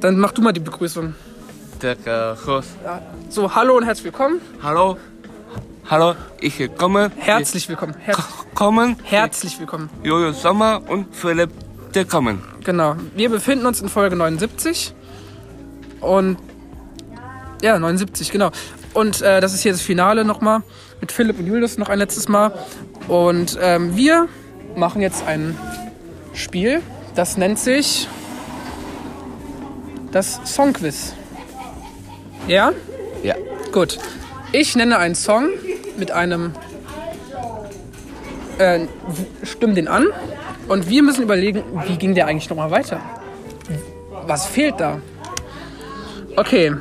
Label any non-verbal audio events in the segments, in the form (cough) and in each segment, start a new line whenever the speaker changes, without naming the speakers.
Dann mach du mal die Begrüßung.
Der äh, Host.
So, hallo und herzlich willkommen.
Hallo. Hallo, ich komme.
Herzlich willkommen. Her
Kommen.
herzlich willkommen.
Jojo Sommer und Philipp der Kommen.
Genau. Wir befinden uns in Folge 79. Und. Ja, 79, genau. Und äh, das ist hier das Finale nochmal. Mit Philipp und Julius noch ein letztes Mal. Und ähm, wir machen jetzt ein Spiel. Das nennt sich. Das Songquiz. Ja?
Ja.
Gut. Ich nenne einen Song mit einem. Äh, w- stimm den an. Und wir müssen überlegen, wie ging der eigentlich nochmal weiter? Was fehlt da? Okay.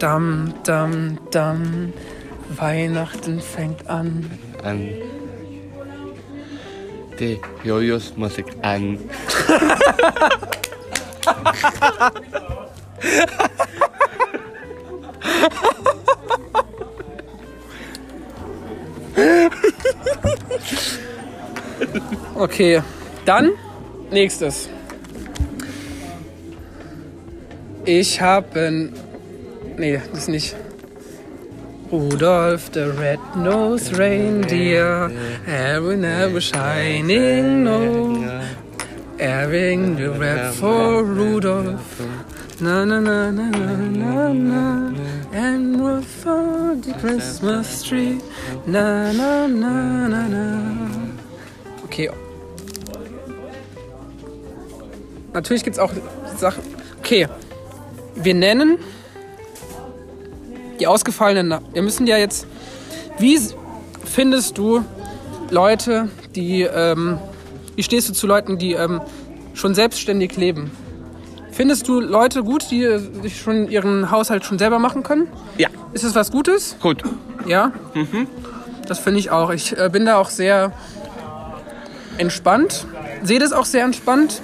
Dam, dam, dam. Weihnachten fängt an.
An die Jojos Musik an.
Okay, dann nächstes. Ich habe... Nee, das nicht. Rudolph the Red-Nosed Reindeer, Erin a shining nose, Erin the Red for Rudolph, na na na na na na na, and we're for the Christmas tree, na na na na na. Okay. Natürlich gibt es auch Sachen. Okay. Wir nennen die ausgefallenen. Na wir müssen ja jetzt. Wie s- findest du Leute, die. Ähm, wie stehst du zu Leuten, die ähm, schon selbstständig leben? Findest du Leute gut, die äh, sich schon ihren Haushalt schon selber machen können?
Ja,
Ist es was Gutes?
gut.
Ja. Das finde ich auch. Ich äh, bin da auch sehr entspannt. Sehe das auch sehr entspannt.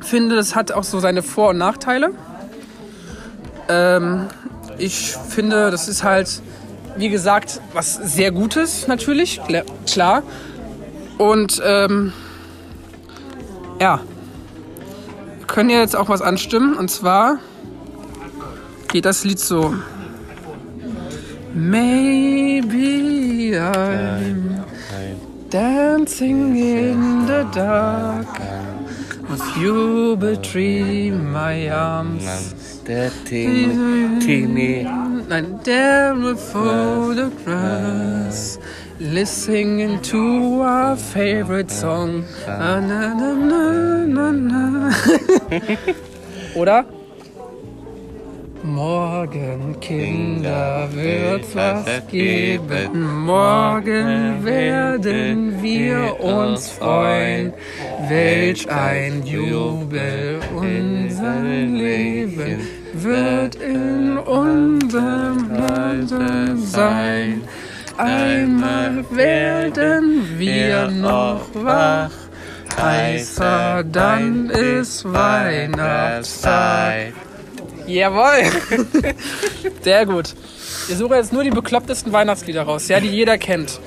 Finde, das hat auch so seine Vor- und Nachteile. Ähm, ich finde, das ist halt, wie gesagt, was sehr Gutes natürlich, kla- klar. Und ähm, ja, wir können ja jetzt auch was anstimmen. Und zwar geht das Lied so. Maybe I'm dancing in the dark. With you between my arms.
Der Timmy. Timmy.
And there we photographs. Listening to our favorite song. Na, na, na, na, na, na. (laughs) Oder? Morgen, Kinder, wird's was geben. Morgen werden wir uns freuen. Welch ein Jubel, unser Leben wird in unserem Leben äh, sein. Einmal werden wir noch wach. Heißer, dann ist Weihnachtszeit. Jawohl! (laughs) Sehr gut. Wir suchen jetzt nur die beklopptesten Weihnachtslieder raus, ja, die jeder kennt.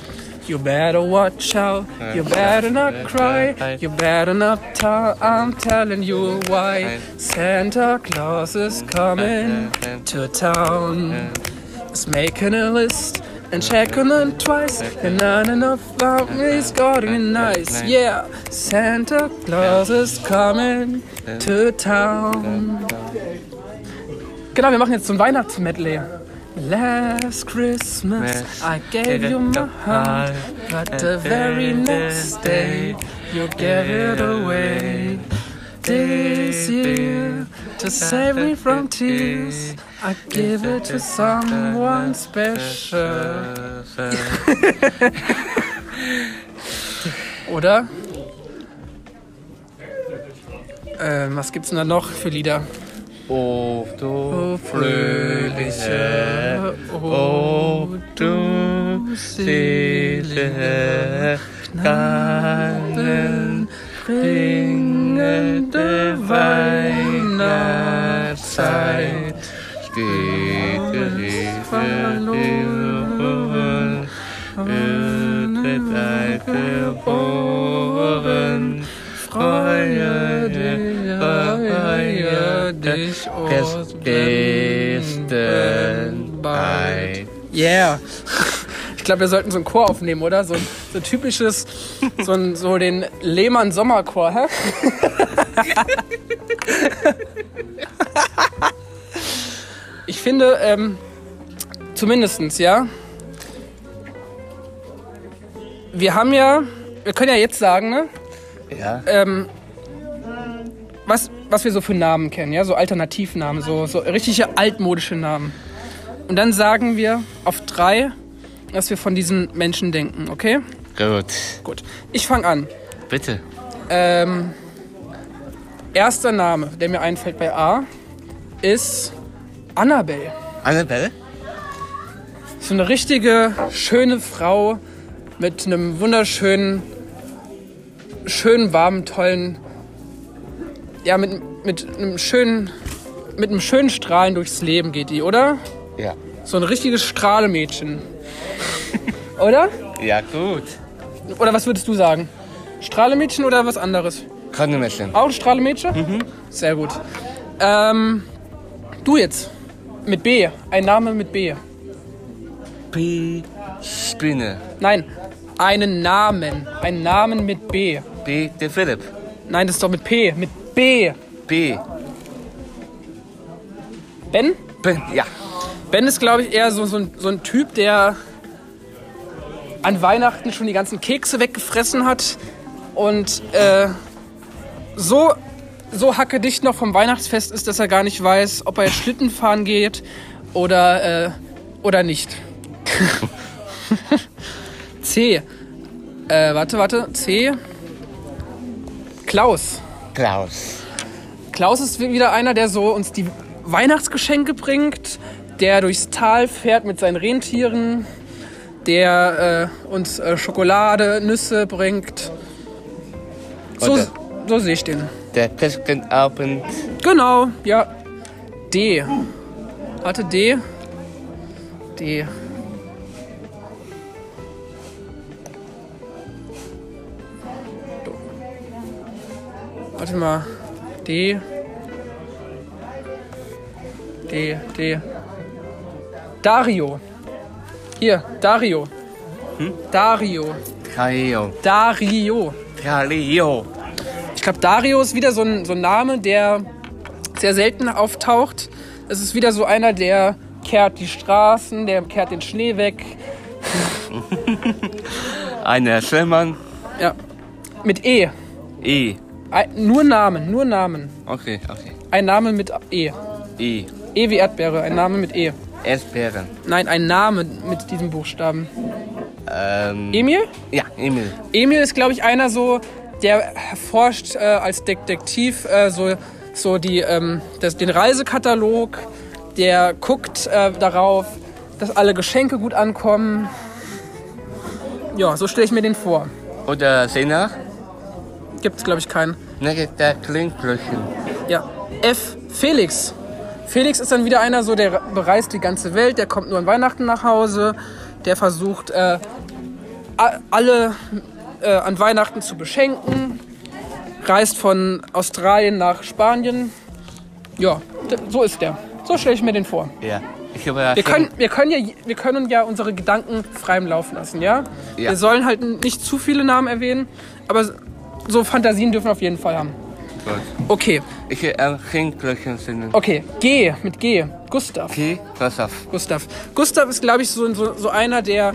You better watch out, you better not cry, you better not tell, I'm telling you why. Santa Claus is coming to town. He's making a list and checking it twice. And not enough about me, he's got to be nice. Yeah, Santa Claus is coming to town. Genau, wir machen jetzt so ein Weihnachtsmedley. Last Christmas I gave you my heart, but the very next day you gave it away. This year, to save me from tears, I give it to someone (laughs) special. Oder? Ähm, was gibt's denn da noch für Lieder? O
Oh, du
fröhliche,
fröhliche,
o
oh,
du
du
selige,
selige,
Knallen, ringende Weihnachtszeit.
Steht der
verloren,
Liebe, wird der Geboren,
freue dich, freue dich
des
und
Besten
bin bald.
ein.
Yeah. (laughs) Ich glaube, wir sollten so einen Chor aufnehmen, oder? So ein so typisches, so, ein, so den Lehmann-Sommerchor, hä? (laughs) Ich finde, ähm, zumindestens, ja. Wir haben ja, wir können ja jetzt sagen, ne?
Ja.
ähm, was, was wir so für Namen kennen, ja, so Alternativnamen, so, so richtige altmodische Namen. Und dann sagen wir auf drei, was wir von diesen Menschen denken, okay?
Gut.
Gut. Ich fange an.
Bitte.
Ähm, erster Name, der mir einfällt bei A, ist Annabelle.
Annabelle?
So eine richtige, schöne Frau mit einem wunderschönen, schönen, warmen, tollen, ja, mit, mit einem schönen, mit einem schönen Strahlen durchs Leben geht die, oder?
Ja.
So ein richtiges Strahlemädchen. oder?
Ja, gut.
Oder was würdest du sagen? Strahlemädchen oder was anderes?
Konnemädchen.
Auch ein Strahlemädchen? Mhm. Sehr gut. Ähm, du jetzt. Mit B. Ein Name mit B.
B. Spinne.
Nein, einen Namen. Einen Namen mit B.
B. Der Philipp.
Nein, das ist doch mit P. Mit B.
B.
Ben?
Ben. Ja.
Ben ist, glaube ich, eher so, so, ein, so ein Typ, der an Weihnachten schon die ganzen Kekse weggefressen hat und äh, so, so hackedicht noch vom Weihnachtsfest ist, dass er gar nicht weiß, ob er jetzt Schlitten fahren geht oder, äh, oder nicht. (laughs) C. Äh, warte, warte. C. Klaus.
Klaus.
Klaus ist wieder einer, der so uns die Weihnachtsgeschenke bringt, der durchs Tal fährt mit seinen Rentieren, der äh, uns äh, Schokolade, Nüsse bringt. So,
Und, äh,
so sehe ich den.
Der Präsidentabend.
Genau, ja. D. Warte, D. D. Do- Warte mal. D. D, D. Dario. Hier, Dario. Dario.
Trio.
Dario.
Trio.
Ich glaube, Dario ist wieder so ein, so ein Name, der sehr selten auftaucht. Es ist wieder so einer, der kehrt die Straßen, der kehrt den Schnee weg.
Einer Schillmann.
Ja. Mit E.
E.
Ein, nur Namen, nur Namen.
Okay, okay.
Ein Name mit E.
E.
E wie Erdbeere, ein Name mit E.
Erdbeeren.
Nein, ein Name mit diesem Buchstaben.
Ähm.
Emil?
Ja, Emil.
Emil ist, glaube ich, einer so, der forscht äh, als Detektiv äh, so, so die, ähm, das, den Reisekatalog, der guckt äh, darauf, dass alle Geschenke gut ankommen. Ja, so stelle ich mir den vor.
Oder Sena.
Gibt es, glaube ich, keinen.
Nugget der Klingbrötchen.
Ja. F. Felix. Felix ist dann wieder einer so, der bereist die ganze Welt, der kommt nur an Weihnachten nach Hause, der versucht, äh, a- alle äh, an Weihnachten zu beschenken, reist von Australien nach Spanien. Ja, d- so ist der. So stelle ich mir den vor.
Ja. Ich habe
Wir können, wir, können ja, wir können ja unsere Gedanken freiem Laufen lassen, ja?
Ja.
Wir sollen halt nicht zu viele Namen erwähnen, aber so Fantasien dürfen wir auf jeden Fall haben.
Gut.
Okay,
Ich will ein Klingbrötchen singen.
Okay, G mit G. Gustav.
Okay, pass auf.
Gustav. Gustav ist, glaube ich, so, so, so einer, der,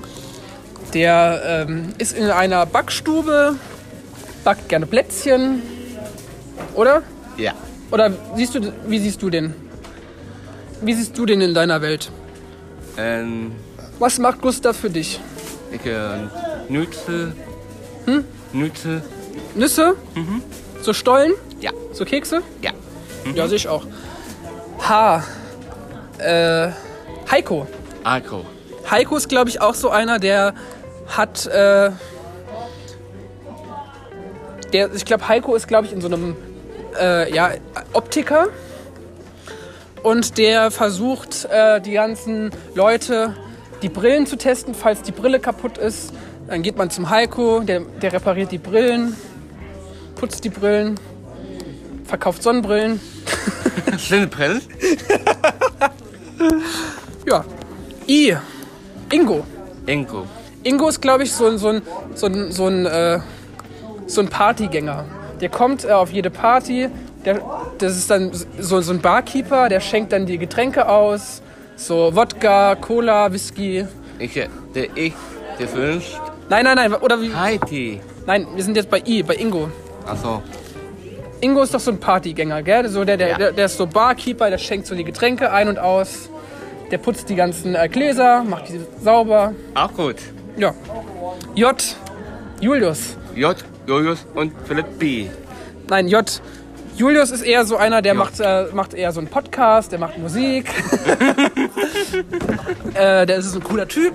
der ähm, ist in einer Backstube, backt gerne Plätzchen, oder?
Ja.
Oder siehst du, wie siehst du den? Wie siehst du den in deiner Welt?
Ähm,
Was macht Gustav für dich?
ich äh, Nütze. Hm? Nütze.
Nüsse? So Stollen?
Ja.
So Kekse?
Ja.
Ja, sehe ich auch. H. Äh, Heiko. (laughs)
Akku.
Heiko ist, glaube ich, auch so einer, der hat. Äh, der, ich glaube, Heiko ist, glaube ich, in so einem äh, ja, Optiker. Und der versucht, äh, die ganzen Leute die Brillen zu testen, falls die Brille kaputt ist. Dann geht man zum Heiko, der, der repariert die Brillen, putzt die Brillen, verkauft Sonnenbrillen.
Sonnenbrillen?
Ja. I. Ingo.
Ingo.
Ingo ist, glaube ich, so, ein- so ein, so ein, so ein, äh, so ein Partygänger. Der kommt äh, auf jede Party. Der, das ist dann so, so ein Barkeeper, der schenkt dann die Getränke aus. So Wodka, Cola, Whisky.
Ich, äh, der ich, der wünscht
Nein, nein, nein. Oder wie?
Heidi.
Nein, wir sind jetzt bei I, bei Ingo.
Also,
Ingo ist doch so ein Partygänger, gell? So der, der,
Ja.
der, der ist so Barkeeper, der schenkt so die Getränke ein und aus. Der putzt die ganzen äh, Gläser, macht die sauber.
auch gut.
Ja. J. Julius.
J, Julius und Philipp B.
Oh, Nein, J. Julius ist eher so einer, der
J.
macht, äh, macht eher so einen Podcast, der macht
(laughs)
Musik. äh, der ist so ein cooler Typ,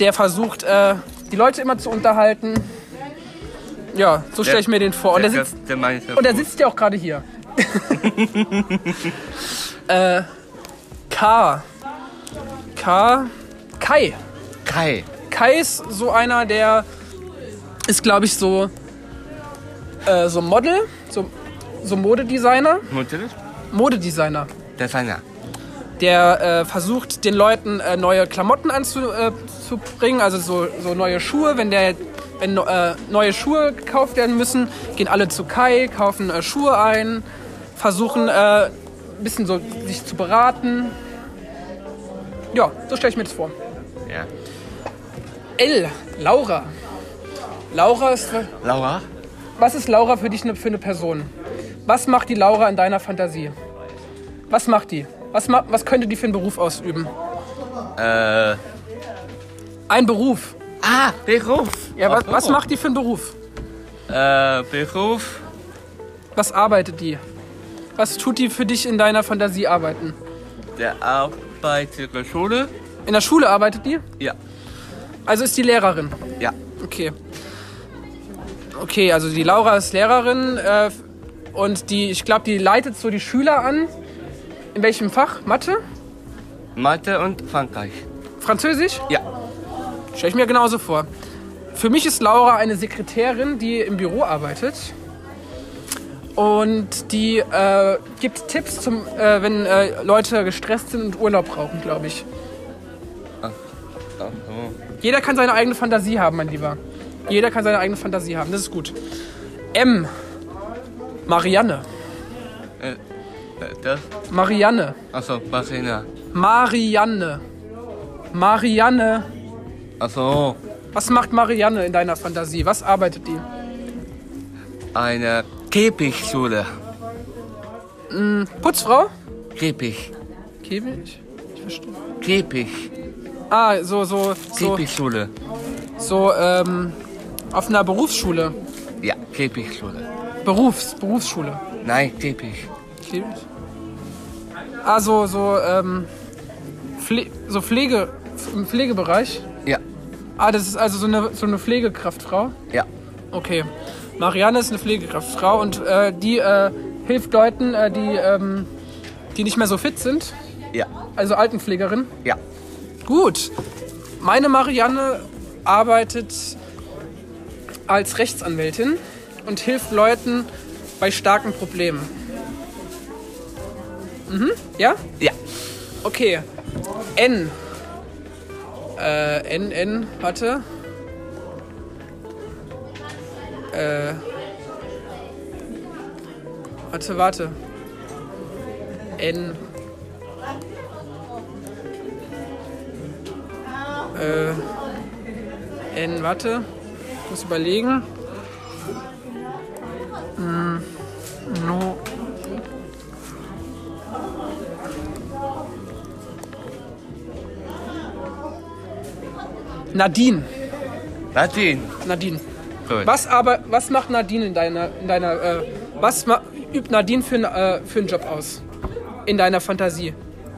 der versucht, äh, die Leute immer zu unterhalten. Ja, so stelle ich mir den vor. Und der
der,
sitzt,
der, der, meinte-
und der sitzt ja auch gerade
(laughs)
hier. äh, K. K. Kai.
Kai.
Kai ist so einer, der ist, glaube ich, so, äh, so Model, so, so Modedesigner.
Mutter?
Modedesigner,
Der Seiner.
der äh, versucht, den Leuten äh, neue Klamotten anzubringen, also so, so neue Schuhe. Wenn, der, wenn äh, neue Schuhe gekauft werden müssen, gehen alle zu Kai, kaufen äh, Schuhe ein, versuchen äh, ein bisschen so sich zu beraten. Ja, so stelle ich mir das vor.
Ja.
L, Laura. Laura ist.
Laura?
Was ist Laura für dich ne- für eine Person? Was macht die Laura in deiner Fantasie? Was macht die? Was, ma was könnte die für einen Beruf ausüben?
Äh,
Ein Beruf.
ah, Beruf.
Ja, was,
Ach so.
was macht die für einen Beruf?
Äh, Beruf.
Was arbeitet die? Was tut die für dich in deiner Fantasie arbeiten?
Der arbeitet in der Schule.
In der Schule arbeitet die?
Ja.
Also ist die Lehrerin.
Ja.
Okay. Okay, also die Laura ist Lehrerin äh, und die, ich glaube, die leitet so die Schüler an. In welchem Fach? Mathe?
Mathe und Frankreich.
Französisch?
Ja.
Stelle ich mir genauso vor. Für mich ist Laura eine Sekretärin, die im Büro arbeitet. Und die äh, gibt Tipps, zum, äh, wenn äh, Leute gestresst sind und Urlaub brauchen, glaube ich.
Ach so.
Jeder kann seine eigene Fantasie haben, mein Lieber. Jeder kann seine eigene Fantasie haben, das ist gut. M. Marianne.
Äh, Das?
Marianne.
Also, Marina.
Marianne. Marianne.
Also,
Was macht Marianne in deiner Fantasie? Was arbeitet die?
eine Käfigschule.
Putzfrau?
Käfig.
Käfig? Ich verstehe.
Käfig.
Ah, so, so, so,
Käfigschule.
so, ähm, auf einer Berufsschule.
Ja, Käfigschule.
Berufs, Berufsschule.
Nein, Käfig.
Okay. Ah, so, so, ähm, Pfle so Pflege, im Pflegebereich.
Ja.
Ah, das ist also so eine, so eine Pflegekraftfrau.
Ja.
Okay. Marianne ist eine Pflegekraftfrau und äh, die äh, hilft Leuten, äh, die, ähm, die nicht mehr so fit sind.
Ja.
Also Altenpflegerin.
Ja.
Gut. Meine Marianne arbeitet als Rechtsanwältin und hilft Leuten bei starken Problemen. Mhm, ja?
Ja.
Okay. N. Äh, N, N, warte. Äh. Warte, warte. N. Äh. N, warte. Ich muss überlegen. Hm, No. Nadine.
Latin.
Nadine.
Gut.
Was aber, was macht Nadine in deiner, in deiner, äh, was ma übt Nadine für, n- äh, für einen Job aus? In deiner Fantasie.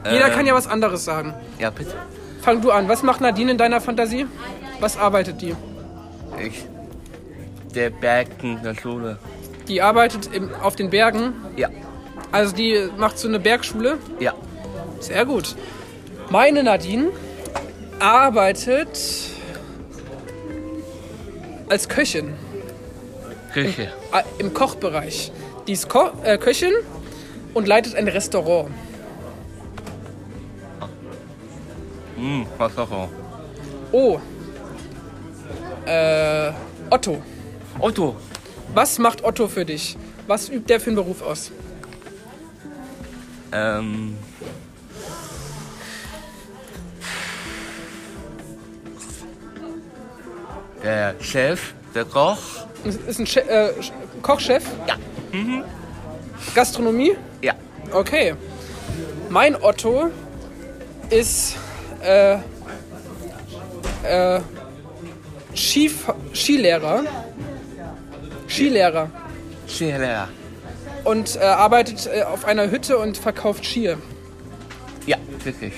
Jeder
Ähm.
kann ja was anderes sagen.
Ja, bitte.
Fang du an. Was macht Nadine in deiner Fantasie? Was arbeitet die?
Ich. Der Bergen der Schule.
Die arbeitet im, auf den Bergen.
Ja.
Also die macht so eine Bergschule.
Ja.
Sehr gut. Meine Nadine arbeitet als Köchin.
Küche.
Ah, im Kochbereich. Die ist Ko äh, Köchin und leitet ein Restaurant.
Hm, was auch immer.
Oh. Äh, Otto.
Otto,
Was macht Otto für dich? Was übt der für einen Beruf aus?
ähm. Der eh, Chef, der Koch.
Ist ist ein che äh, Sch- Kochchef? Ja. Gastronomie?
Ja.
Okay. Mein Otto ist äh, äh, Skif Skilehrer. Skilehrer.
Skilehrer.
Und äh, arbeitet äh, auf einer Hütte und verkauft Skier.
Ja, wirklich.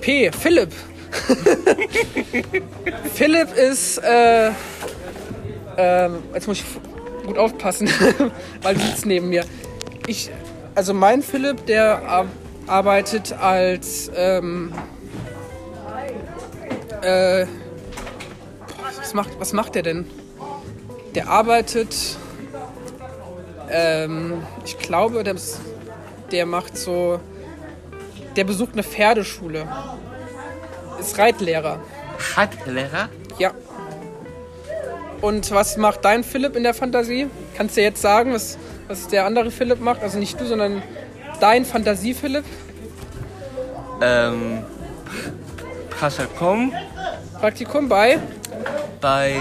P. Philipp. (laughs) Philipp ist. Äh, ähm, jetzt muss ich f- gut aufpassen, (laughs) weil du sitzt neben mir. Ich, also mein Philipp, der ar arbeitet als. Ähm, äh, boah, was macht, was macht der denn? Der arbeitet. Ähm, ich glaube, der, ist- der macht so. Der besucht eine Pferdeschule. Ist Reitlehrer.
Radlehrer?
Ja. Und was macht dein Philipp in der Fantasie? Kannst du jetzt sagen, was, was der andere Philipp macht? Also nicht du, sondern dein Fantasie-Philipp?
Ähm. Passakom
Praktikum bei?
bei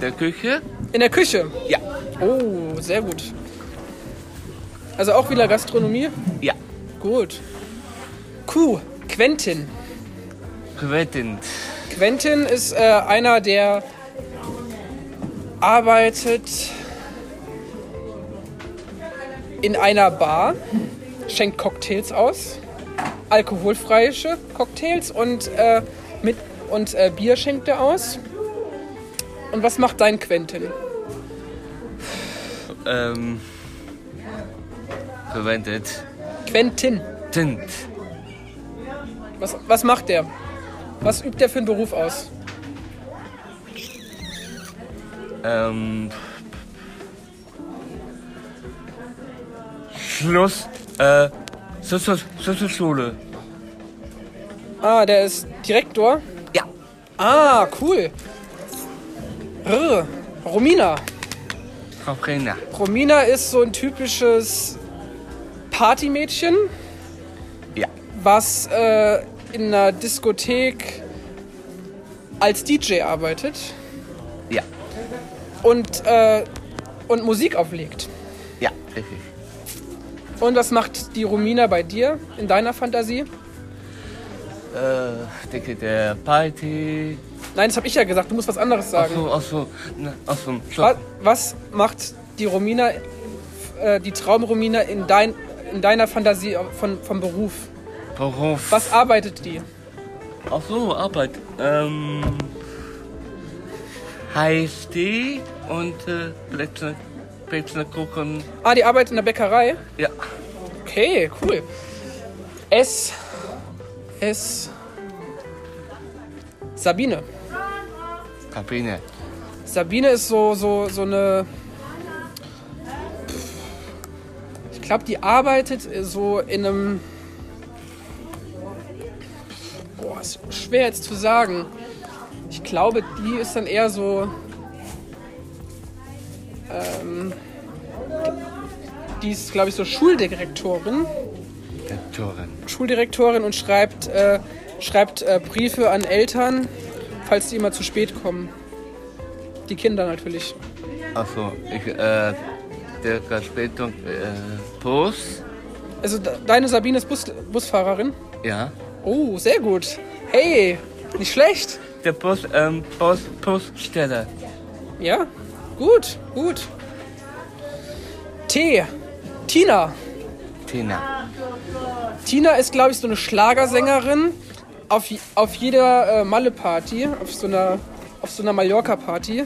der Küche?
In der Küche.
Ja.
Oh, sehr gut. Also auch wieder Gastronomie?
Ja.
Gut. Q. Quentin.
Quettend.
Quentin ist äh, einer, der arbeitet in einer Bar, schenkt Cocktails aus, alkoholfreie Cocktails und, äh, mit, und äh, Bier schenkt er aus. Und was macht dein Quentin?
Ähm. Verwendet.
Quentin,
Tint.
was, was macht der? Was übt der für einen Beruf aus?
Ähm. Schluss. Äh. Schule.
Ah, der ist Direktor.
Ja.
Ah, cool. Rr, Romina.
Kaprina.
Romina ist so ein typisches Partymädchen,
Ja.
was äh, in einer Diskothek als DJ arbeitet
Ja.
und, äh, und Musik auflegt.
Ja. Richtig.
Und was macht die Romina bei dir in deiner Fantasie?
Äh, denke der Party.
Nein, das habe ich ja gesagt, du musst was anderes sagen.
Achso, achso, na, achso, so.
Wa- Was macht die Romina, äh, die Traumromina in, dein, in deiner Fantasie äh, von, vom Beruf?
Beruf.
Was arbeitet die?
Achso, Arbeit. Ähm. Heiß die und äh, Plätzchen, Plätzchen gucken.
Ah, die arbeitet in der Bäckerei.
Ja.
Okay, cool. S. S. Sabine.
Kabine.
Sabine ist so, so, so eine. Pff, Ich glaube, die arbeitet so in einem. Boah, ist schwer jetzt zu sagen. Ich glaube, die ist dann eher so. Ähm, die ist, glaube ich, so Schuldirektorin.
Der Toren.
Schuldirektorin und schreibt, äh, schreibt äh, Briefe an Eltern, falls die immer zu spät kommen. Die Kinder natürlich.
Achso, ich, äh, der Verspätung, äh, Bus.
Also de- deine Sabine ist Bus Busfahrerin.
Ja.
Oh, sehr gut. Hey, nicht schlecht.
Der Bus, ähm, Bus, Busstelle.
Ja, gut, gut. T. Tina.
Tina.
Tina ist, glaube ich, so eine Schlagersängerin auf, je- auf jeder äh, Malle-Party, auf so einer, auf so einer Mallorca-Party,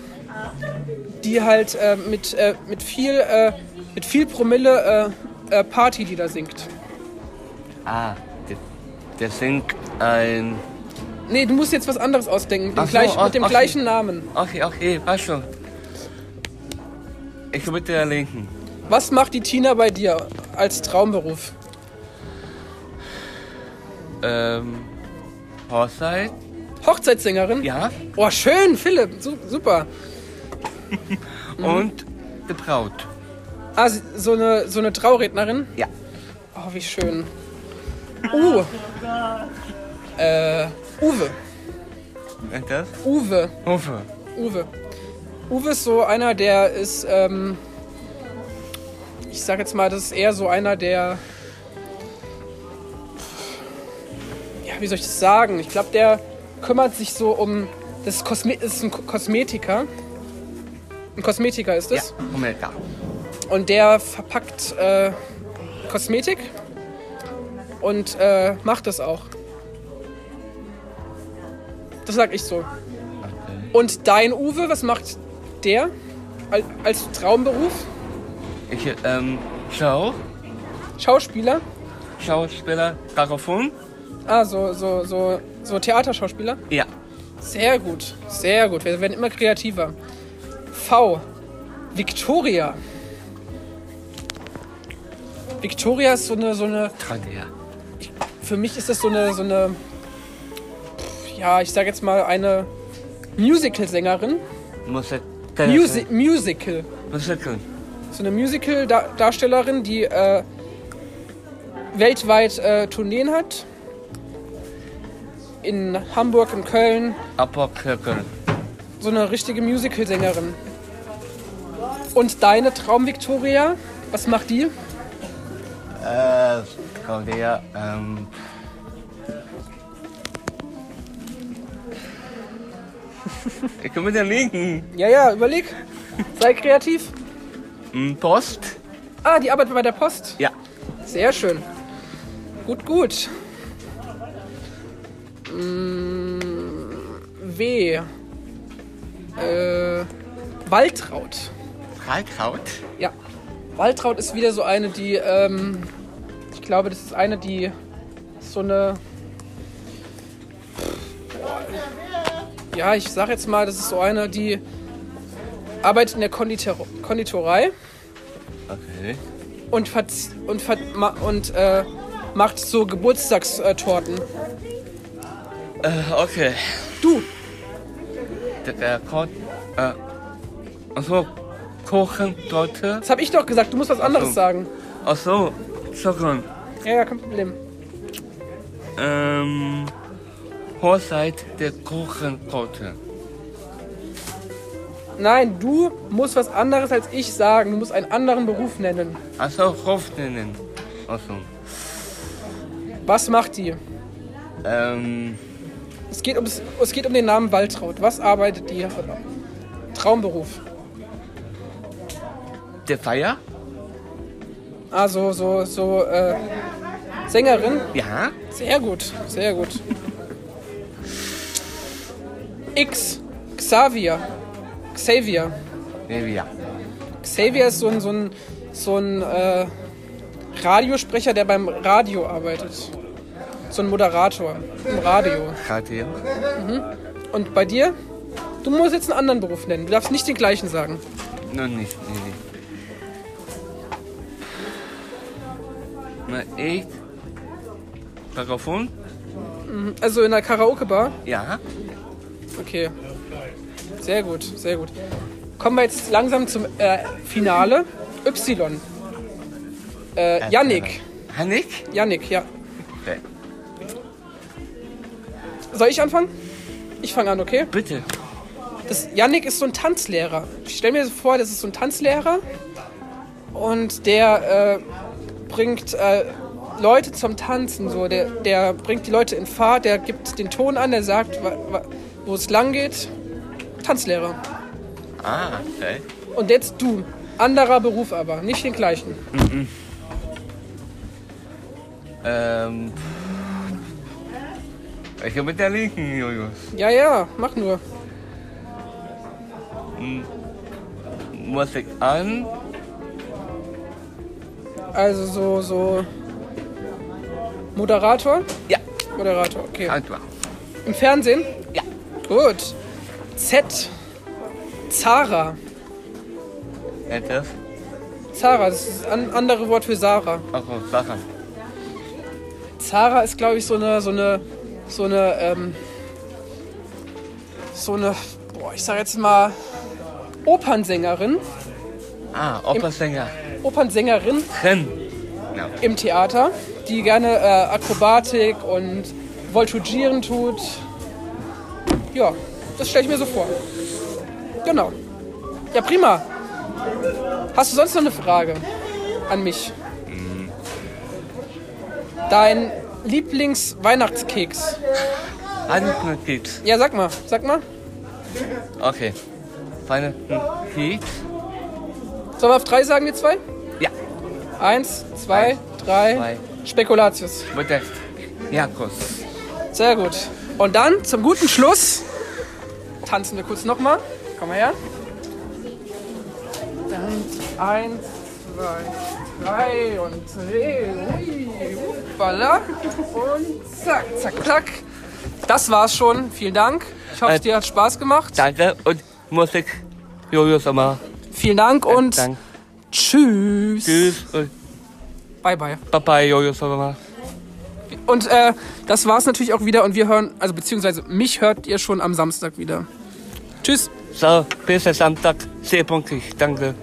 die halt äh, mit, äh, mit, viel, äh, mit viel Promille äh, äh, Partylieder singt.
Ah, der, der singt ein.
Nee, du musst jetzt was anderes ausdenken, mit dem,
Ach so,
gleich,
ach-
mit dem
ach so.
gleichen Namen.
Okay, okay, passt schon. Ich bin mit der Linken.
Was macht die Tina bei dir als Traumberuf?
Ähm, Hochzeit?
Hochzeitssängerin?
Ja.
Oh, schön, Philipp. Su super.
Und die Braut?
Ah, sie- so eine, so eine Traurednerin?
Ja.
Oh, wie schön. Uh. Äh, Uwe.
Und das?
Uwe.
Hufe.
Uwe. Uwe ist so einer, der ist, ähm, ich sag jetzt mal, das ist eher so einer, der, ja, wie soll ich das sagen? Ich glaube, der kümmert sich so um, das ist, Kosme das ist ein Ko- Kosmetiker. Ein Kosmetiker ist
Ja,
es.
Moment da.
Und der verpackt äh, Kosmetik und äh, macht das auch. Das sag ich so. Und dein Uwe, was macht der Al- als Traumberuf?
Ich, ähm, Schau,
Schauspieler?
Schauspieler, Gagafon?
Ah, so, so, so, so Theaterschauspieler?
Ja.
Sehr gut, sehr gut. Wir werden immer kreativer. V. Victoria. Victoria ist so eine, so eine
Dran her.
für mich ist das so eine, so eine, pf, ja, ich sag jetzt mal eine Musical-Sängerin.
Muss er.
Musi Musical.
Muss er können.
So eine Musical-Darstellerin, die äh, weltweit äh, Tourneen hat. In Hamburg, in Köln.
Aber können.
So eine richtige Musical-Sängerin. Und deine Traum-Victoria, was macht die?
Äh, kommt her, ähm. Ich komme mit der linken
Ja, ja, überleg. Sei kreativ.
Hm, Post.
Ah, die arbeitet bei der Post.
Ja.
Sehr schön. Gut, gut. Mm, w. Äh, Waltraud.
Freikraut.
Ja. Waltraud ist wieder so eine, die, ähm, ich glaube, das ist eine, die so eine. Ja, ich sag jetzt mal, das ist so eine, die arbeitet in der Konditor Konditorei
Okay.
und, verz- und, ver ma- und äh, macht so Geburtstagstorten.
Äh, okay.
Du,
Der, der kommt. Äh. Achso. Kochen, Torte. Also,
das habe ich doch gesagt, du musst was anderes
so.
sagen.
Achso. Zocken.
Ja, ja, kein Problem.
Ähm. Hochzeit der Kochen, Torte.
Nein, du musst was anderes als ich sagen. Du musst einen anderen Beruf nennen.
Achso, Ruf nennen. Achso.
Was macht die?
Ähm.
Es geht, ums, es geht um den Namen Waltraud. Was arbeitet die? Traumberuf.
Der Feier?
Ah, so, so, so, äh, Sängerin.
Ja.
Sehr gut, sehr gut. X. Xavier. Xavier.
Nee, ja.
Xavier ist so ein, so ein, so ein äh, Radiosprecher, der beim Radio arbeitet. So ein Moderator im Radio.
Radio.
Und bei dir? Du musst jetzt einen anderen Beruf nennen. Du darfst nicht den gleichen sagen.
Noch nicht, nee, nee. Na, ich. Parafon?
Also in einer Karaoke-Bar?
Ja.
Okay. Sehr gut, sehr gut. Kommen wir jetzt langsam zum äh, Finale. Y. Äh, Yannick.
Hannik?
Yannick, ja.
Okay.
Soll ich anfangen? Ich fange an, okay?
Bitte.
Das, Yannick ist so ein Tanzlehrer. Ich stell mir so vor, das ist so ein Tanzlehrer und der äh, bringt äh, Leute zum Tanzen. So. Der, der bringt die Leute in Fahrt, der gibt den Ton an, der sagt, wa- wa- wo es lang geht. Tanzlehrer.
Ah, okay.
Und jetzt du. Anderer Beruf aber, nicht den gleichen.
Ähm. Ich bin mit der linken, Julius.
Ja, ja, mach nur.
Muss ich an?
Also so, so. Moderator?
Ja.
Moderator, okay.
Antwort.
Im Fernsehen?
Ja.
Gut. Z. Zara.
etwas?
Zara, das ist ein anderes Wort für Sarah.
Also Sachen.
Zara ist, glaube ich, so eine, so eine, so eine, ähm, so eine, boah, ich sag jetzt mal, Opernsängerin,
Ah, Opernsänger.
Opernsängerin
Ken. No.
im Theater, die gerne äh, Akrobatik und Voltigieren tut. Ja, das stelle ich mir so vor. Genau. Ja, prima. Hast du sonst noch eine Frage an mich? Dein Lieblingsweihnachtskeks.
Antenkeks.
Ja, sag mal, sag mal.
Okay. Weihnachtenkeks.
Sollen wir auf drei sagen, wir zwei?
Ja.
Eins, zwei, drei.
zwei.
Spekulatius.
Mit der Jakobs.
Sehr gut. Und dann zum guten Schluss tanzen wir kurz nochmal. Komm mal her. Dann eins, zwei, drei und dreh. Ui, hoppala. Und zack, zack, zack. Das war's schon. Vielen Dank. Ich hoffe,
Äh,
es dir hat Spaß gemacht.
Danke und Musik. Jojo Sommer.
Vielen Dank und
äh, Danke.
tschüss.
Tschüss und
Bye, bye.
Baba Jojo Sommer.
Und äh, das war's natürlich auch wieder. Und wir hören, also beziehungsweise mich hört ihr schon am Samstag wieder. Tschüss.
So, bis Samstag. Sehr pünktlich. Danke.